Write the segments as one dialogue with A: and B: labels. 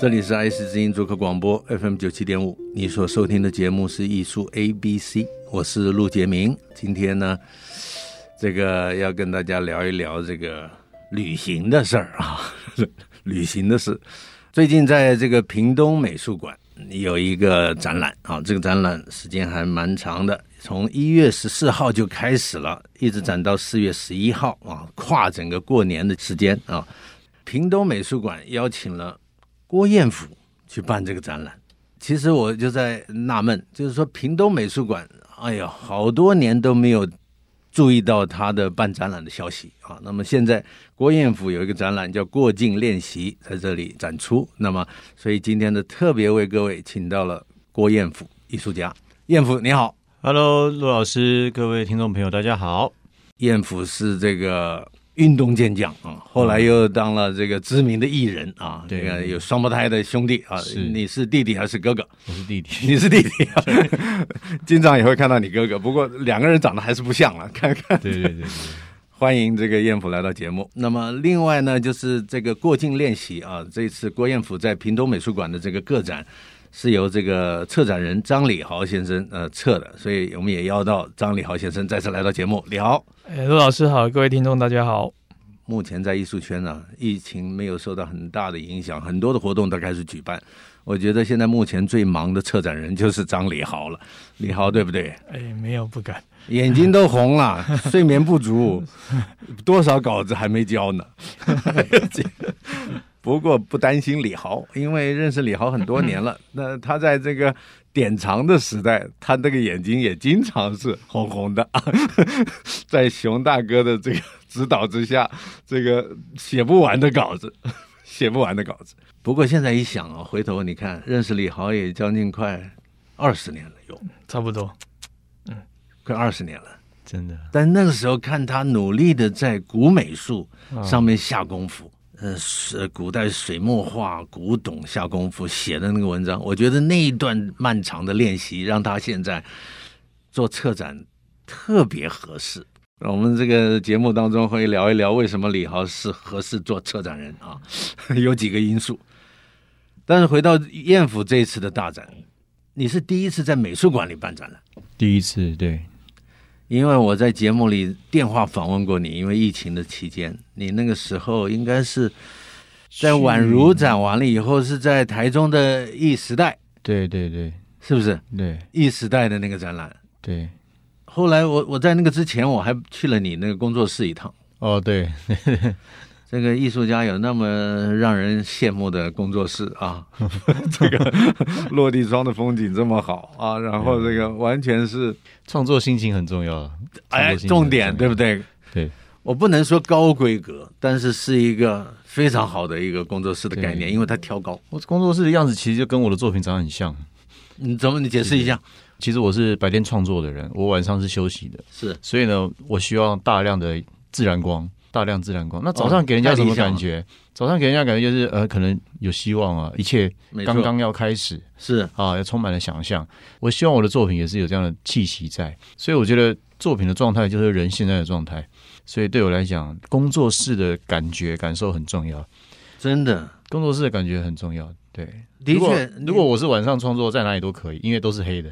A: 这里是爱思之音做客广播 FM 九七点五，你所收听的节目是艺术 A B C，我是陆杰明。今天呢，这个要跟大家聊一聊这个旅行的事儿啊， 旅行的事。最近在这个屏东美术馆有一个展览啊，这个展览时间还蛮长的，从一月十四号就开始了，一直展到四月十一号啊，跨整个过年的时间啊。屏东美术馆邀请了。郭彦甫去办这个展览。其实我就在纳闷，就是说屏东美术馆，哎呀，好多年都没有注意到他的办展览的消息啊。那么现在郭彦甫有一个展览叫《过境练习》，在这里展出。那么，所以今天的特别为各位请到了郭彦甫艺术家。彦甫你好，
B: Hello，陆老师，各位听众朋友，大家好。
A: 彦甫是这个运动健将啊，后来又当了这个知名的艺人啊，这
B: 对
A: 个有双胞胎的兄弟啊。
B: 是
A: 你是弟弟还是哥哥？
B: 我是弟弟，
A: 你是弟弟、啊，经常也会看到你哥哥，不过两个人长得还是不像了。 看看，
B: 对对对对，
A: 欢迎这个燕甫来到节目。那么另外呢，就是这个过境练习啊，这次郭彦甫在屏东美术馆的这个个展。是由这个策展人张礼豪先生呃策的，所以我们也邀到张礼豪先生再次来到节目。礼豪
C: 哎，陆老师好，各位听众大家好。
A: 目前在艺术圈呢、疫情没有受到很大的影响，很多的活动都开始举办。我觉得现在目前最忙的策展人就是张礼豪了，礼豪对不对？
C: 哎，没有不敢，
A: 眼睛都红了， 睡眠不足，多少稿子还没交呢。 不过不担心李豪，因为认识李豪很多年了。那他在这个典藏的时代，他这个眼睛也经常是红红的。 在熊大哥的这个指导之下，这个写不完的稿子， 写不完的稿子。不过现在一想啊，回头你看，认识李豪也将近快二十年了，有
C: 差不多。
A: 快二十年了。
B: 真的啊
A: 但那个时候看他努力的在古美术
C: 啊
A: 上面下功夫，呃，是古代水墨画、古董下功夫写的那个文章，我觉得那一段漫长的练习让他现在做策展特别合适。我们这个节目当中会聊一聊为什么李豪是合适做策展人啊， 有几个因素。但是回到燕府这一次的大展，你是第一次在美术馆里办展览。
B: 第一次对，
A: 因为我在节目里电话访问过你，因为疫情的期间，你那个时候应该是在宛如展完了以后，是在台中的艺时代，
B: 对对对
A: 是不是？
B: 对
A: 艺时代的那个展览。
B: 对，
A: 后来我我在那个之前，我还去了你那个工作室一趟。
B: 哦对，
A: 这个艺术家有那么让人羡慕的工作室啊， 这个落地窗的风景这么好啊，然后这个完全是
B: 创作心情很重要，啊
A: 哎重点对不
B: 对？
A: 对？
B: 对，
A: 我不能说高规格，但是是一个非常好的一个工作室的概念，
B: 对
A: 因为它挑高。
B: 我工作室的样子其实就跟我的作品长得很像。
A: 你怎么你解释一下？
B: 其实我是白天创作的人，我晚上是休息的，
A: 是
B: 所以呢，我需要大量的自然光，大量自然光。那早上给人家
A: 太理
B: 什么
A: 想
B: 感
A: 了
B: 觉？早上给人家感觉就是呃，可能有希望啊，一切
A: 没错
B: 刚刚要开始。
A: 是
B: 啊，也充满了想象。我希望我的作品也是有这样的气息在，所以我觉得作品的状态就是人现在的状态。所以对我来讲，工作室的感觉感受很重要，
A: 真的，
B: 工作室的感觉很重要。对，
A: 的
B: 如果
A: 确，
B: 如果我是晚上创作，在哪里都可以，因为都是黑的。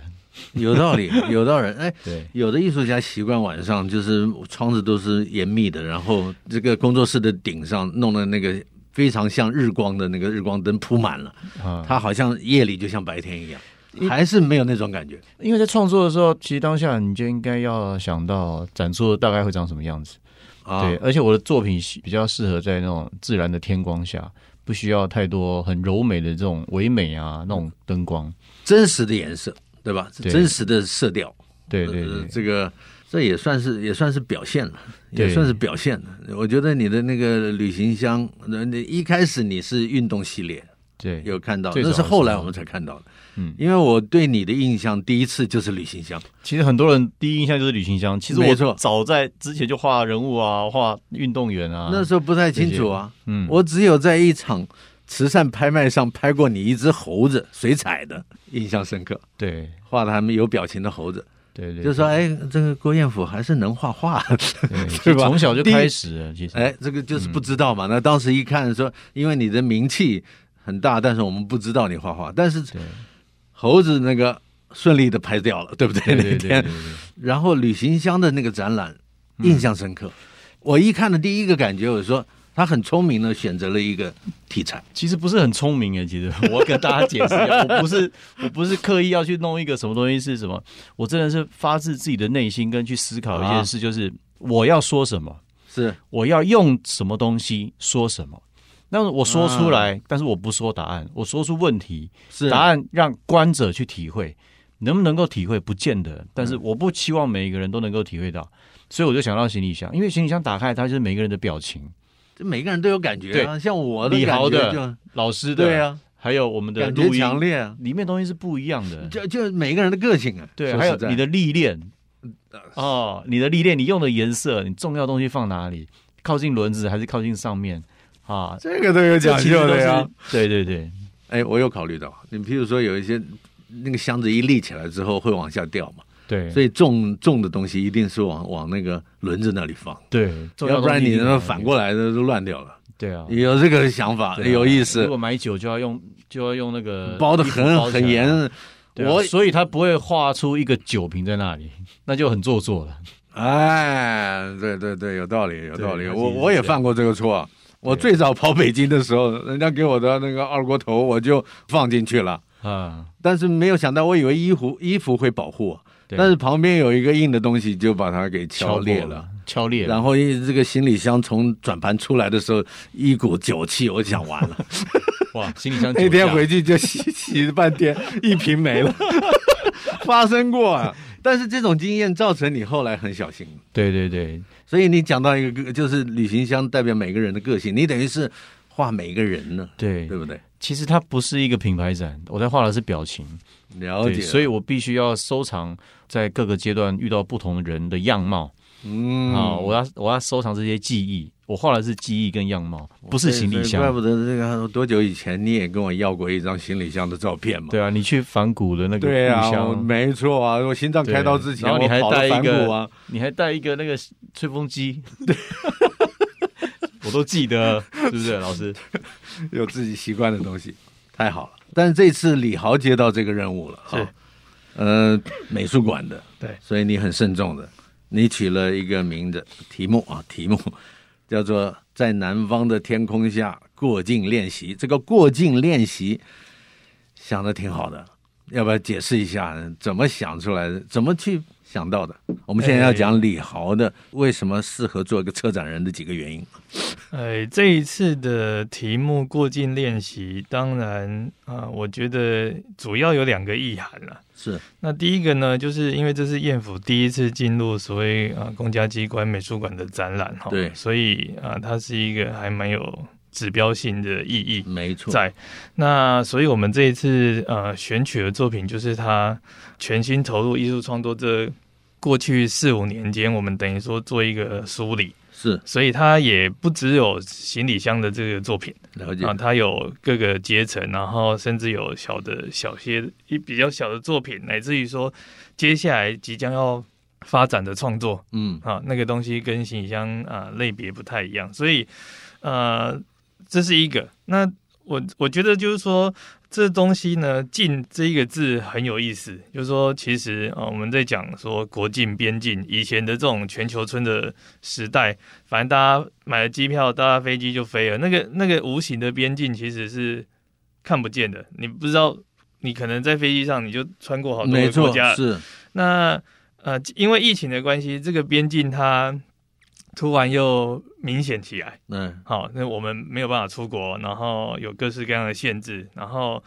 A: 有道理，有道理。哎，
B: 对，
A: 有的艺术家习惯晚上就是窗子都是严密的，然后这个工作室的顶上弄的那个非常像日光的那个日光灯铺满了，
B: 啊，
A: 它好像夜里就像白天一样，还是没有那种感觉。
B: 因为在创作的时候，其实当下你就应该要想到展出大概会长什么样子。
A: 啊
B: 对，，而且我的作品喜比较适合在那种自然的天光下，不需要太多很柔美的这种唯美啊那种灯光。
A: 真实的颜色，对吧？
B: 对
A: 真实的色调。
B: 对对
A: 呃
B: 对，
A: 这个这也算是也算是表现了，
B: 对
A: 也算是表现了。我觉得你的那个旅行箱，那那一开始你是运动系列，
B: 对，
A: 有看到，
B: 最早
A: 那是
B: 的
A: 后来
B: 时候
A: 我们才看到的。
B: 嗯
A: 因为我对你的印象第一次就是旅行箱，
B: 其实很多人第一印象就是旅行箱，其实
A: 没错
B: 我早在之前就画人物啊，画运动员啊，
A: 那时候不太清楚啊。
B: 嗯，
A: 我只有在一场慈善拍卖上拍过你一只猴子，水彩的，印象深刻，
B: 对
A: 画的还没有表情的猴子，
B: 对对，
A: 就说哎，这个郭彦甫还是能画画，
B: 对其
A: 对
B: 实
A: 吧
B: 从小就
A: 第一
B: 开始了，其实
A: 哎，这个
B: 嗯
A: 就是不知道嘛。那当时一看说，因为你的名气很大，但是我们不知道你画画，但是
B: 对
A: 猴子那个顺利的拍掉了，对不对？
B: 对对对
A: 那
B: 对嗯
A: 天，
B: 对，
A: 然后旅行箱的那个展览印象深刻，我一看的第一个感觉，我说他很聪明的选择了一个题材。
B: 其实不是很聪明欸诶，其实我跟大家解释一下，我不是我不是刻意要去弄一个什么东西是什么，我真的是发自自己的内心跟去思考
A: 啊
B: 一件事，就是我要说什么，
A: 是
B: 我要用什么东西说什么。那我说
A: 啊
B: 出来，但是我不说答案，我说出问题，
A: 是
B: 答案让观者去体会，能不能够体会不见得，但是我不期望每一个人都能够体会到，所以我就想到行李箱，因为行李箱打开，它就是每个人的表情，
A: 这每个人都有感觉啊，像我的
B: 李
A: 感
B: 豪
A: 觉
B: 的
A: 就
B: 老师的，
A: 对，啊，
B: 还有我们的
A: 感觉
B: 录音
A: 强烈啊，
B: 里面东西是不一样的，
A: 就就每个人的个性啊，
B: 对，
A: 说
B: 还有
A: 实在嗯
B: 你的历练，哦，你的历练，你用的颜色，你重要东西放哪里，靠近轮子还是靠近上面啊？
A: 这个都有讲究的呀。
B: 对对对，
A: 哎，我有考虑到，你譬如说有一些那个箱子一立起来之后会往下掉嘛，
B: 对，
A: 所
B: 以
A: 以重重的东西一定是往往那个轮子那里放，
B: 对，重
A: 要
B: 要
A: 不然你
B: 那
A: 那反过来的都乱掉了。
B: 对啊，
A: 有这个想法，
B: 对啊
A: 有意
B: 如
A: 思
B: 果，买酒就要用就要用那个
A: 包的
B: 衣服
A: 很
B: 包起来
A: 很严。
B: 对啊
A: 我
B: 所以他不会画出一个酒瓶在那里， 那就很做作了。
A: 哎，对对对，有道理，有道理。
B: 对
A: 我
B: 他其实是
A: 我也
B: 这样
A: 犯过这个错。我最早跑北京的时候，人家给我的那个二锅头，我就放进去了。
B: 啊，
A: 但是没有想到，我以为衣服衣服会保护我，
B: 对
A: 但是旁边有一个硬的东西就把它给敲
B: 敲
A: 裂
B: 破
A: 了。，
B: 敲裂
A: 然
B: 了。
A: 后一这个行李箱从转盘出来的时候，一股酒气，我想完 了。
B: 哇，行李箱
A: 那天
B: 酒驾
A: 回去就洗 洗了半 天，一瓶没了， 发生过、啊。但是这种经验造成你后来很小心。
B: 对对对，
A: 所以你讲到一个个，就是旅行箱代表每个人的个性，你等于是画每个人呢，
B: 对
A: 对，不对？
B: 其实它不是一个品牌展，我在画的是表情，
A: 了
B: 对，
A: 解，
B: 所
A: 以
B: 以我必须要收藏在各个阶段遇到不同的人的样貌
A: 嗯
B: 啊，我要我要收藏这些记忆，我画的是记忆跟样貌，不是行李
A: 所以怪
B: 箱。
A: 不得这个多久以前你也跟我要过一张行李箱的照片嘛？
B: 对啊，你去反骨的那个
A: 对啊，
B: 故
A: 我
B: 乡，
A: 没错啊，我心脏
B: 对
A: 开刀之前，
B: 然后你还
A: 啊我跑
B: 带
A: 了
B: 一
A: 反
B: 个
A: 骨啊，
B: 你还带一个那个吹风机， 我都记得，是不是老师？
A: 有自己习惯的东西，太好了。但是这次李豪接到这个任务了，
C: 是
A: 哈，呃，美术馆的，
C: 对，
A: 所以你很慎重的，你取了一个名字，题目啊，题目 叫做《在南方的天空下过境练习》。这个过境练习想的挺好的，要不要解释一下怎么想出来的，怎么去想到的？我们现在要讲李豪的为什么适合做一个策展人的几个原因。
C: 呃，这一次的题目过境练习，当然啊、呃我觉得主要有两个意涵啦。
A: 是
C: 那第一个呢，就是因为这是燕府第一次进入所谓啊、呃公家机关美术馆的展览哈，
A: 对
C: 所以啊、呃它是一个还蛮有指标性的意义。
A: 没错，
C: 在。那所以我们这一次呃选取的作品，就是他全心投入艺术创作这过去四五年间，我们等于说做一个梳理，
A: 是
C: 所以他也不只有行李箱的这个作品
A: 了解
C: 啊，他有各个阶层，然后甚至有小的小些一比较小的作品，乃至于说接下来即将要发展的创作，
A: 嗯，
C: 啊，那个东西跟行李箱啊类别不太一样，所以呃，这是一个。那我我觉得就是说，这东西呢，“境”这一个字很有意思，就是说，其实啊，我们在讲说国境、边境，以前的这种全球村的时代，反正大家买了机票，搭飞机就飞了，那个那个无形的边境其实是看不见的，你不知道。你可能在飞机上你就穿过好多
A: 没
C: 个国
A: 错
C: 家，，
A: 是
C: 那呃，因为疫情的关系，这个边境它突然又明显起来。
A: 嗯，
C: 好，那我们没有办法出国，然后有各式各样的限制，然后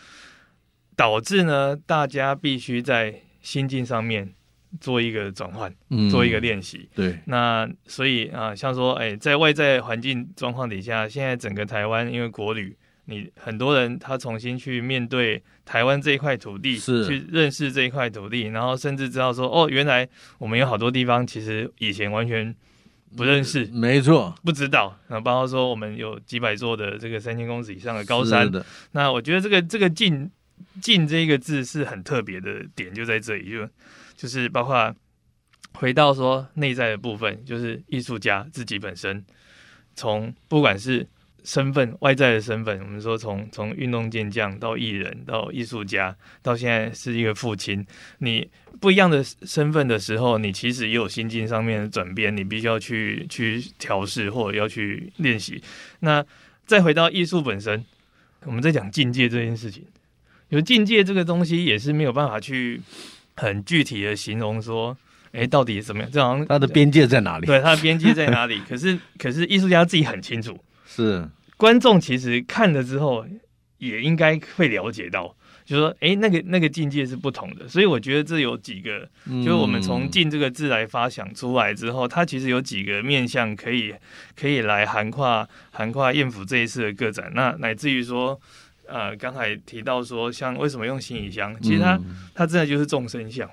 C: 导致呢，大家必须在心境上面做一个转换，
A: 嗯
C: 做一个练习。
A: 对，
C: 那所以啊、像说，哎，在外在环境状况底下，现在整个台湾因为国旅，你很多人他重新去面对台湾这一块土地，
A: 是
C: 去认识这一块土地，然后甚至知道说，哦，原来我们有好多地方其实以前完全不认识、
A: 没错，
C: 不知道。那包括说我们有几百座的这个三千公尺以上的高
A: 是
C: 山，
A: 的，
C: 那我觉得这个这个“近”“近”这个字是很特别的点，就在这里，就就是包括回到说内在的部分，就是艺术家自己本身，从不管是身份外在的身份，我们说从从运动健将到艺人到艺术家，到现在是一个父亲，你不一样的身份的时候，你其实也有心境上面的转变，你必须要去去调试或者要去练习。那再回到艺术本身，我们在讲境界这件事情，有境界这个东西也是没有办法去很具体的形容说，哎，到底怎么样？这好像
A: 它的边界在哪里？
C: 对它的边界在哪里？可是可是艺术家自己很清楚，
A: 是，
C: 观众其实看了之后也应该会了解到，就是说，哎，那个那个境界是不同的。所以我觉得这有几个，就是我们从“
A: 嗯
C: 境”这个字来发想出来之后，它其实有几个面向可以可以来涵跨涵跨燕府这一次的个展。那乃至于说，呃，刚才提到说，像为什么用行李箱，其实它、
A: 嗯
C: 它真的就是众生相，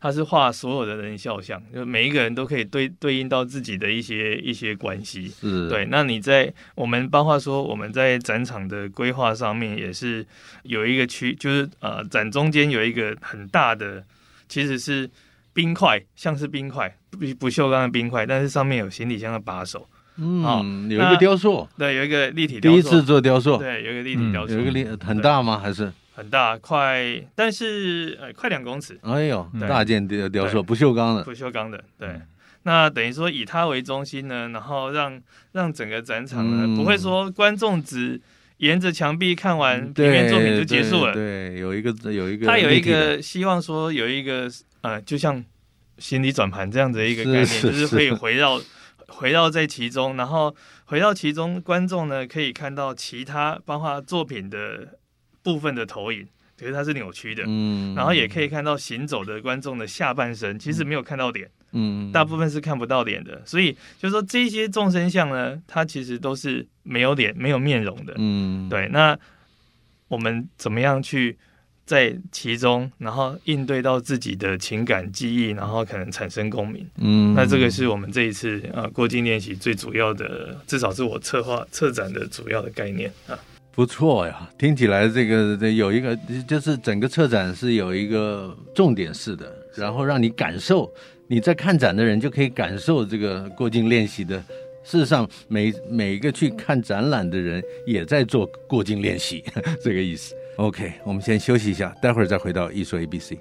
C: 它是画所有的人肖像，就每一个人都可以对对应到自己的一些一些关系。
A: 是，
C: 对，那你在我们包括说我们在展场的规划上面也是有一个区，就是呃展中间有一个很大的，其实是冰块，像是冰块不不锈钢的冰块，但是上面有行李箱的把手，好
A: 嗯，有一
C: 那
A: 个雕塑，
C: 对，有一个立体雕
A: 第
C: 塑，
A: 一次做雕塑，
C: 对，有一个立体雕塑，
A: 有一个立很大吗？还是
C: 很大，快，但是呃快两公尺，
A: 哎呦，
C: 对
A: 大件雕雕塑，
C: 对
A: 不锈钢的，
C: 不锈钢的，对。
A: 嗯
C: 那等于说以它为中心呢，然后让让整个展场呢、
A: 嗯
C: 不会说观众只沿着墙壁看完平面
A: 嗯对，
C: 作品就结束了，
A: 对，对有一个有一个，
C: 他有一个希望说有一个呃，就像心理转盘这样的一个概念，
A: 是是
C: 就是可以围绕围绕在其中，然后回到其中，观众呢可以看到其他包括作品的部分的投影，可是它是扭曲的。
A: 嗯，
C: 然后也可以看到行走的观众的下半身，其实没有看到脸，
A: 嗯，
C: 大部分是看不到脸的。所以就是说这些众生相呢，它其实都是没有脸、没有面容的。
A: 嗯，
C: 对，那我们怎么样去在其中，然后应对到自己的情感记忆，然后可能产生共鸣？
A: 嗯，
C: 那这个是我们这一次啊、呃、过境练习最主要的，至少是我策划策展的主要的概念啊。
A: 不错呀，听起来这个这有一个，就是整个策展是有一个重点式的，然后让你感受，你在看展的人就可以感受这个过境练习的。事实上，每每一个去看展览的人也在做过境练习， 这个意思。OK，我们先休息一下，待会儿再回到艺术 ABC。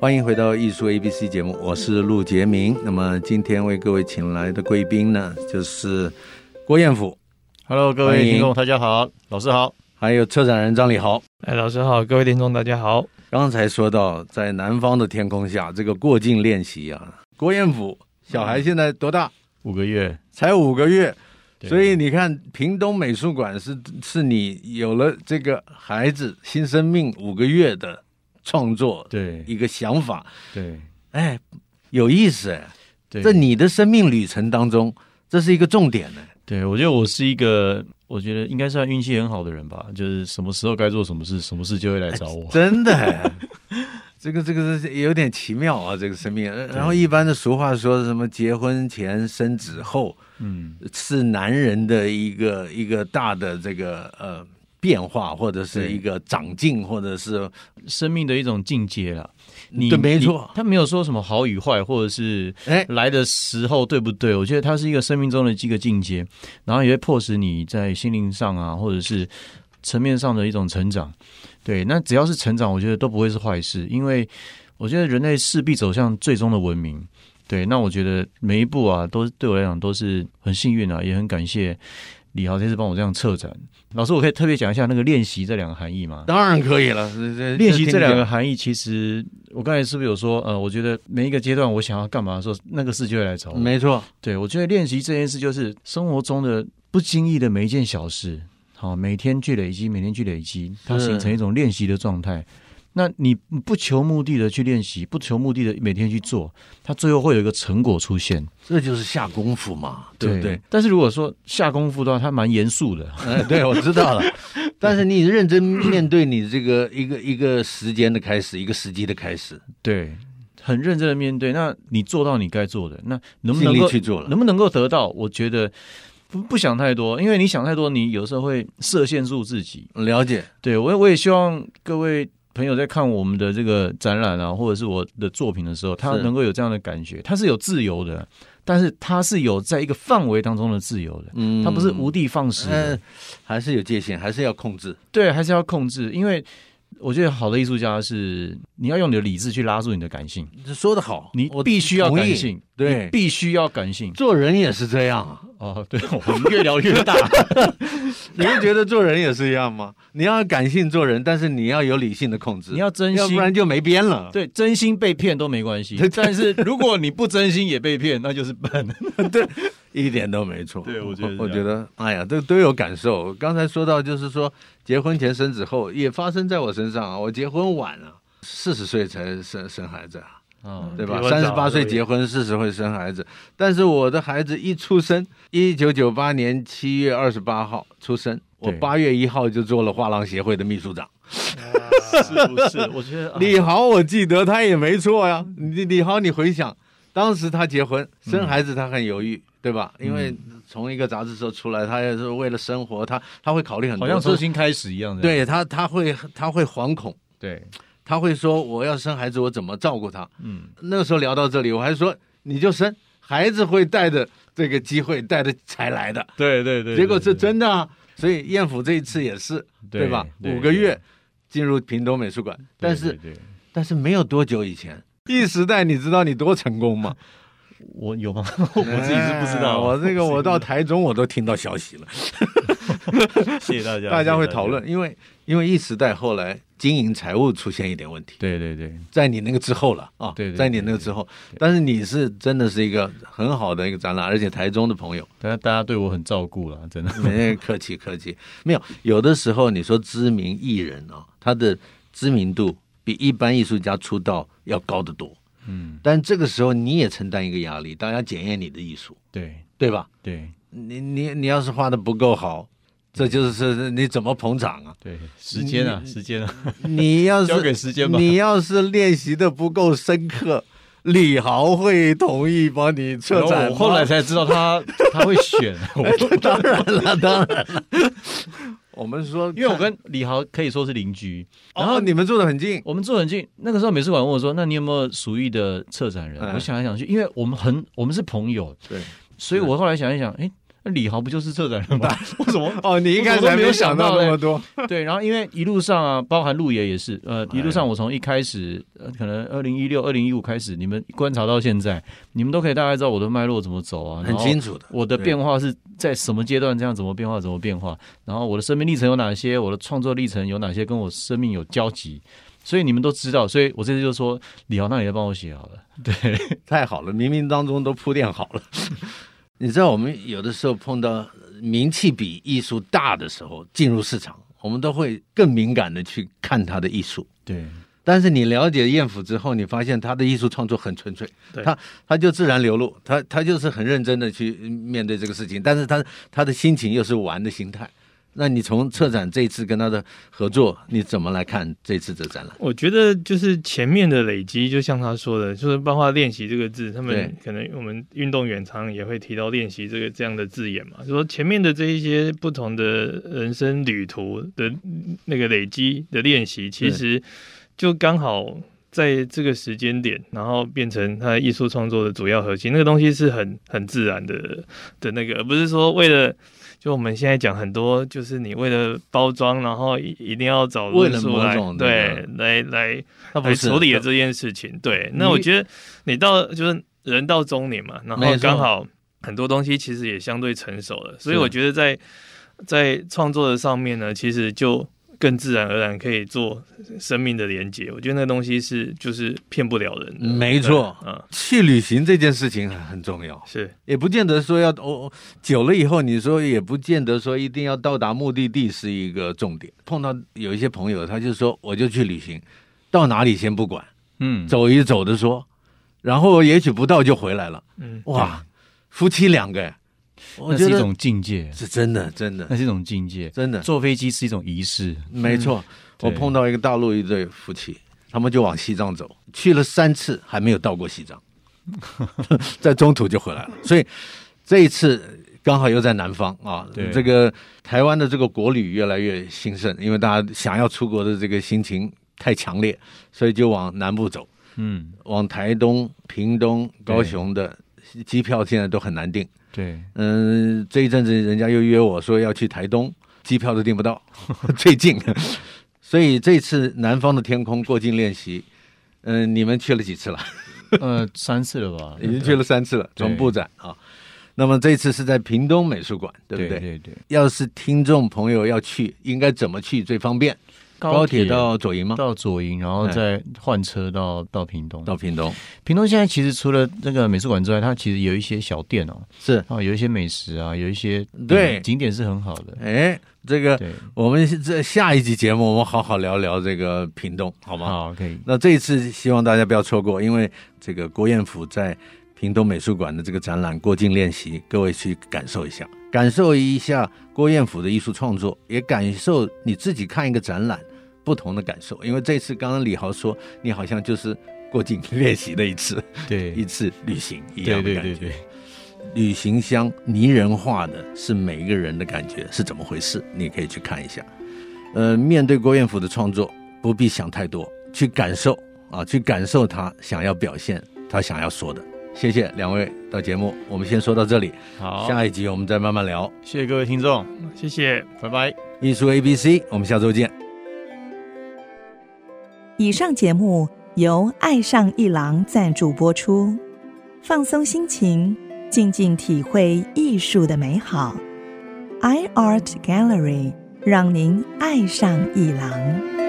A: 欢迎回到艺术 ABC 节目，我是陆杰明。那么今天为各位请来的贵宾呢，就是郭彦甫，
B: Hello，各
A: 欢
B: 位
A: 迎
B: 听众，大家好，老师好。
A: 还有策展人张礼豪。
C: 哎，老师好，各位听众大家好。
A: 刚才说到，在南方的天空下，这个过境练习啊，郭彦甫小孩现在多大？
B: 五个月，
A: 才五个月，
B: 对
A: 所以你看，屏东美术馆是是你有了这个孩子新生命五个月的创作
B: 对
A: 一个想法，
B: 对
A: 哎，有意思哎，
B: 对，
A: 在你的生命旅程当中，这是一个重点哎呢。
B: 对我觉得我是一个，我觉得应该算运气很好的人吧，就是什么时候该做什么事，什么事就会来找我。
A: 真的哎， 这个这个是有点奇妙啊，这个生命。呃然后一般的俗话说什么结婚前生子后
B: 嗯，
A: 是男人的一个一个大的这个呃变化，或者是
B: 对
A: 一个长进，或者是
B: 生命的一种境界啦。你
A: 对，没错
B: 你。他没有说什么好与坏，或者是
A: 哎，
B: 来的时候对不对？我觉得它是一个生命中的一个境界，然后也会迫使你在心灵上啊，或者是层面上的一种成长。对，那只要是成长，我觉得都不会是坏事，因为我觉得人类势必走向最终的文明。对，那我觉得每一步啊，都对我来讲都是很幸运啊，也很感谢李豪这次帮我这样策展。老师，我可以特别讲一下那个练习这两个含义吗？
A: 当然可以了。这这
B: 练习这两
A: 听
B: 个
A: 讲
B: 含义，其实我刚才是不是有说，呃，我觉得每一个阶段我想要干嘛的时候，那个事就会来找我。
A: 没错，
B: 对，我觉得练习这件事就是生活中的不经意的每一件小事，好，每天去累积，每天去累积，它
A: 是
B: 形成一种练习的状态。那你不求目的的去练习，不求目的的每天去做，它最后会有一个成果出现，
A: 这就是下功夫嘛，对不对？？
B: 但是如果说下功夫的话，它蛮严肃的，
A: 哎，对， 我知 道了。但是你认真面对你这个 一个一个时间的开始，一个时机的开始，
B: 对，很认真的面对。那你做到你该做的，那能不
A: 尽
B: 能
A: 力
B: 够
A: 去做了。
B: 能不能够得到？我觉得不不想太多，因为你想太多，你有时候会设限住自己。
A: 了解，
B: 对我，我也希望各位朋友在看我们的这个展览啊，或者是我的作品的时候，他
A: 是
B: 能够有这样的感觉，他是有自由的，但是他是有在一个范围当中的自由的，
A: 嗯
B: 他不是无的放矢的。
A: 呃，还是有界限，还是要控制。
B: 对，还是要控制，因为我觉得好的艺术家是你要用你的理智去拉住你的感性，
A: 这说得好，
B: 你
A: 我
B: 必须要
A: 同意
B: 感性，
A: 对
B: 你必须要感性。
A: 做人也是这样啊。
B: 哦，对，我们越聊越大。
A: 你们觉得做人也是一样吗？你要感性做人，但是你要有理性的控制，
B: 你要真
A: 要
B: 心
A: 不，然就没边了。
B: 对，真心被骗都没关系，但是如果你不真心也被骗，那就是笨。
A: 一点都没错。
B: 对我觉得是
A: 我
B: 这
A: 觉
B: 样
A: 得，哎呀，都都有感受。刚才说到，就是说，结婚前生子后，也发生在我身上啊。我结婚晚啊，四十岁才生生孩子啊，
B: 啊
A: 对吧
C: 比？我
A: 三十
C: 早
A: 八岁
C: 对
A: 结婚，四十岁生孩子。但是我的孩子一出生，一九九八年七月二十八号出生，我
B: 对
A: 八月一号就做了画廊协会的秘书长。
B: 是不是？我觉 得
A: 李豪，我记得他也没错呀。李李豪，你回想，当时他结婚
B: 嗯
A: 生孩子，他很犹豫，对吧？因为从一个杂志社出来，他也是为了生活，他他会考虑很
B: 好
A: 多。
B: 像重
A: 这
B: 新开始一样的。
A: 对他，他会他会惶恐，
B: 对，
A: 他会说我要生孩子，我怎么照顾他？
B: 嗯，
A: 那个时候聊到这里，我还说你就生，孩子会带着这个机会带着才来的。
B: 对对对
A: 结果是真的啊，所以燕府这一次也是，对吧？五个月，进入屏东美术馆，但是但是没有多久以前，一时代你知道你多成功吗？
B: 我有吗？ 我自己是不知
A: 哎
B: 道。
A: 我这个我 到台中我都听到消息了，
B: 谢谢大 家，
A: 大家会讨
B: 啊
A: 论，。因为因为一时代后来经营财务出现一点问题，
B: 对对对，
A: 在你那个之后了啊，
B: 对对对
A: 在你那个之后，但是你是真的是一个很好的一个展览，而且台中的朋 友，
B: 大家大家对我很照顾了，真的。
A: 没客气客气，没有有的时候你说知名艺人啊，他的知名度比一般艺术家出道要高得多，
B: 嗯，
A: 但这个时候你也承担一个压力，大家检验你的艺术，
B: 对
A: 对吧？
B: 对？
A: 你你你要是画的不够好，这就是你怎么捧场啊
B: 对，时间啊，时间啊，
A: 你要
B: 交给
A: 是
B: 时间吧。
A: 你要是练习的不够深刻，李豪会同意帮你策
B: 然后
A: 展
B: 我
A: 吗哎
B: 后来才知道他他会选啊 我，
A: 当然了，当然了， 我们说，
B: 因为我跟李豪可以说是邻居，
A: 然
B: 然
A: 后
B: 后
A: 你们住的很 近，
B: 我们坐很近，那个时候美术馆问我说：“那你有没有属意的策展人？”
A: 嗯
B: 我想来想去，因为我们很我们是朋友，
A: 对，
B: 所以我后来想一想，哎，那李豪不就是策展人吗？为什么？
A: 哦，你一开始还没有想到那么多，
B: 对，然后因为一路上啊，包含陆爷也是，呃，
A: 哎
B: 一路上我从一开始，呃，可能二零一六、二零一五开始，你们观察到现在，你们都可以大概知道我的脉络怎么走啊，
A: 很清。楚的，
B: 我的
A: 对
B: 变化是在什么阶段？这样怎么变化？怎么变化？然后我的生命历程有哪些？我的创作历程有哪些跟我生命有交集？所以你们都知道。所以我这次就说，李豪，那你来帮我写好了。
A: 太好了，冥冥当中都铺垫 好了。你知道，我们有的时候碰到名气比艺术大的时候进入市场，我们都会更敏感的去看他的艺术。
B: 对，
A: 但是你了解燕府之后，你发现他的艺术创作很纯粹，
C: 对
A: 他他就自然流露，他他就是很认真的去面对这个事情，但是他他的心情又是玩的心态。那你从策展这一次跟他的合作，你怎么来看这次的展览？
C: 我觉得就是前面的累积，就像他说的，就是包括练习这个字，他
A: 对
C: 们可能我们运动员常常也会提到练习这个这样的字眼嘛，就说前面的这一些不同的人生旅途的那个累积的练习，其实就刚好。在这个时间点，然后变成他艺术创作的主要核心，那个东西是很很自然的的那个，而不是说为了就我们现在讲很多，就是你为了包装，然后一一定要找
A: 为了
C: 论述
A: 某
C: 来
A: 种的
C: 对来来
A: 他
C: 来处理了
A: 的
C: 这件事情。对，
A: 你
C: 那我觉得你到就是人到中年嘛，然
A: 没
C: 后
A: 错
C: 刚好很多东西其实也相对成熟了，所以
B: 是
C: 我觉得在在创作的上面呢，其实就更自然而然可以做生命的连接。我觉得那个东西是就是骗不了人的，
A: 没错
C: 对嗯，
A: 去旅行这件事情很很重要，
C: 是
A: 也不见得说要哦，哦久了以后，你说也不见得说一定要到达目的地是一个重点。碰到有一些朋友，他就说我就去旅行，到哪里先不管，
B: 嗯，
A: 走一走的说，然后也许不到就回来了。
C: 嗯，
A: 哇，夫妻两个，我
B: 那
A: 觉
B: 是一
A: 得
B: 种境界，
A: 是真的，真的
B: 那，是一种境界。
A: 真的，
B: 坐飞机是一种仪式，
A: 嗯没错。我
B: 对
A: 碰到一个大陆一对夫妻，他们就往西藏走，去了三次，还没有到过西 藏， 在中途就回来了。所以这一次刚好又在南方啊
B: 对，
A: 这个台湾的这个国旅越来越兴盛，因为大家想要出国的这个心情太强烈，所以就往南部走，
B: 嗯，
A: 往台东、屏东、
B: 对
A: 高雄的机票现在都很难订。
B: 对，
A: 嗯，这一阵子人家又约我说要去台东，机票都订不到， 最近。所以这次南方的天空过境练习，嗯、你们去了几次了？
B: 呃，三次了吧？
A: 已经去了三次了，
B: 对
A: 从布展啊。那么这次是在屏东美术馆，对
B: 对，
A: 不
B: 对
A: 对？
B: 对对，
A: 要是听众朋友要去，应该怎么去最方便？高铁到左营吗？
B: 到左营，然后
A: 哎
B: 再换车到到屏东。
A: 到屏东
B: 屏东现在其实除了那个美术馆之外，它其实有一些小店哦，
A: 是。
B: 啊，有一些美食啊，有一些
A: 对
B: 嗯景点是很好 的。
A: 哎，这个
B: 对，
A: 我们这下一集节目，我们好好聊聊这个屏东，好吗？
B: 好，可以，
A: 那这一次希望大家不要错过，因为这个郭彦甫在屏东美术馆的这个展览《过境练习》，各位去感受一下，感受一下郭彦甫的艺术创作，也感受你自己看一个展览不同的感受。因为这次刚刚李豪说，你好像就是过境练习的一次
B: 对，
A: 一次旅行一
B: 对
A: 样的
B: 对
A: 感觉。
B: 对对，
A: 旅行箱拟人化的是每一个人的感觉是怎么回事？你可以去看一下。呃，面对郭彦甫的创作，不必想太多，去感受啊，去感受他想要表现，他想要说的。谢谢两位到节目，我们先说到这里，
B: 好，
A: 下一集我们再慢慢聊。
B: 谢谢各位听众，
C: 谢谢。
B: 拜拜。
A: 艺术 A B C，我们下周见。
D: 以上节目由爱上一郎赞助播出，放松心情，静静体会艺术的美好。iArt Gallery 让您爱上一郎。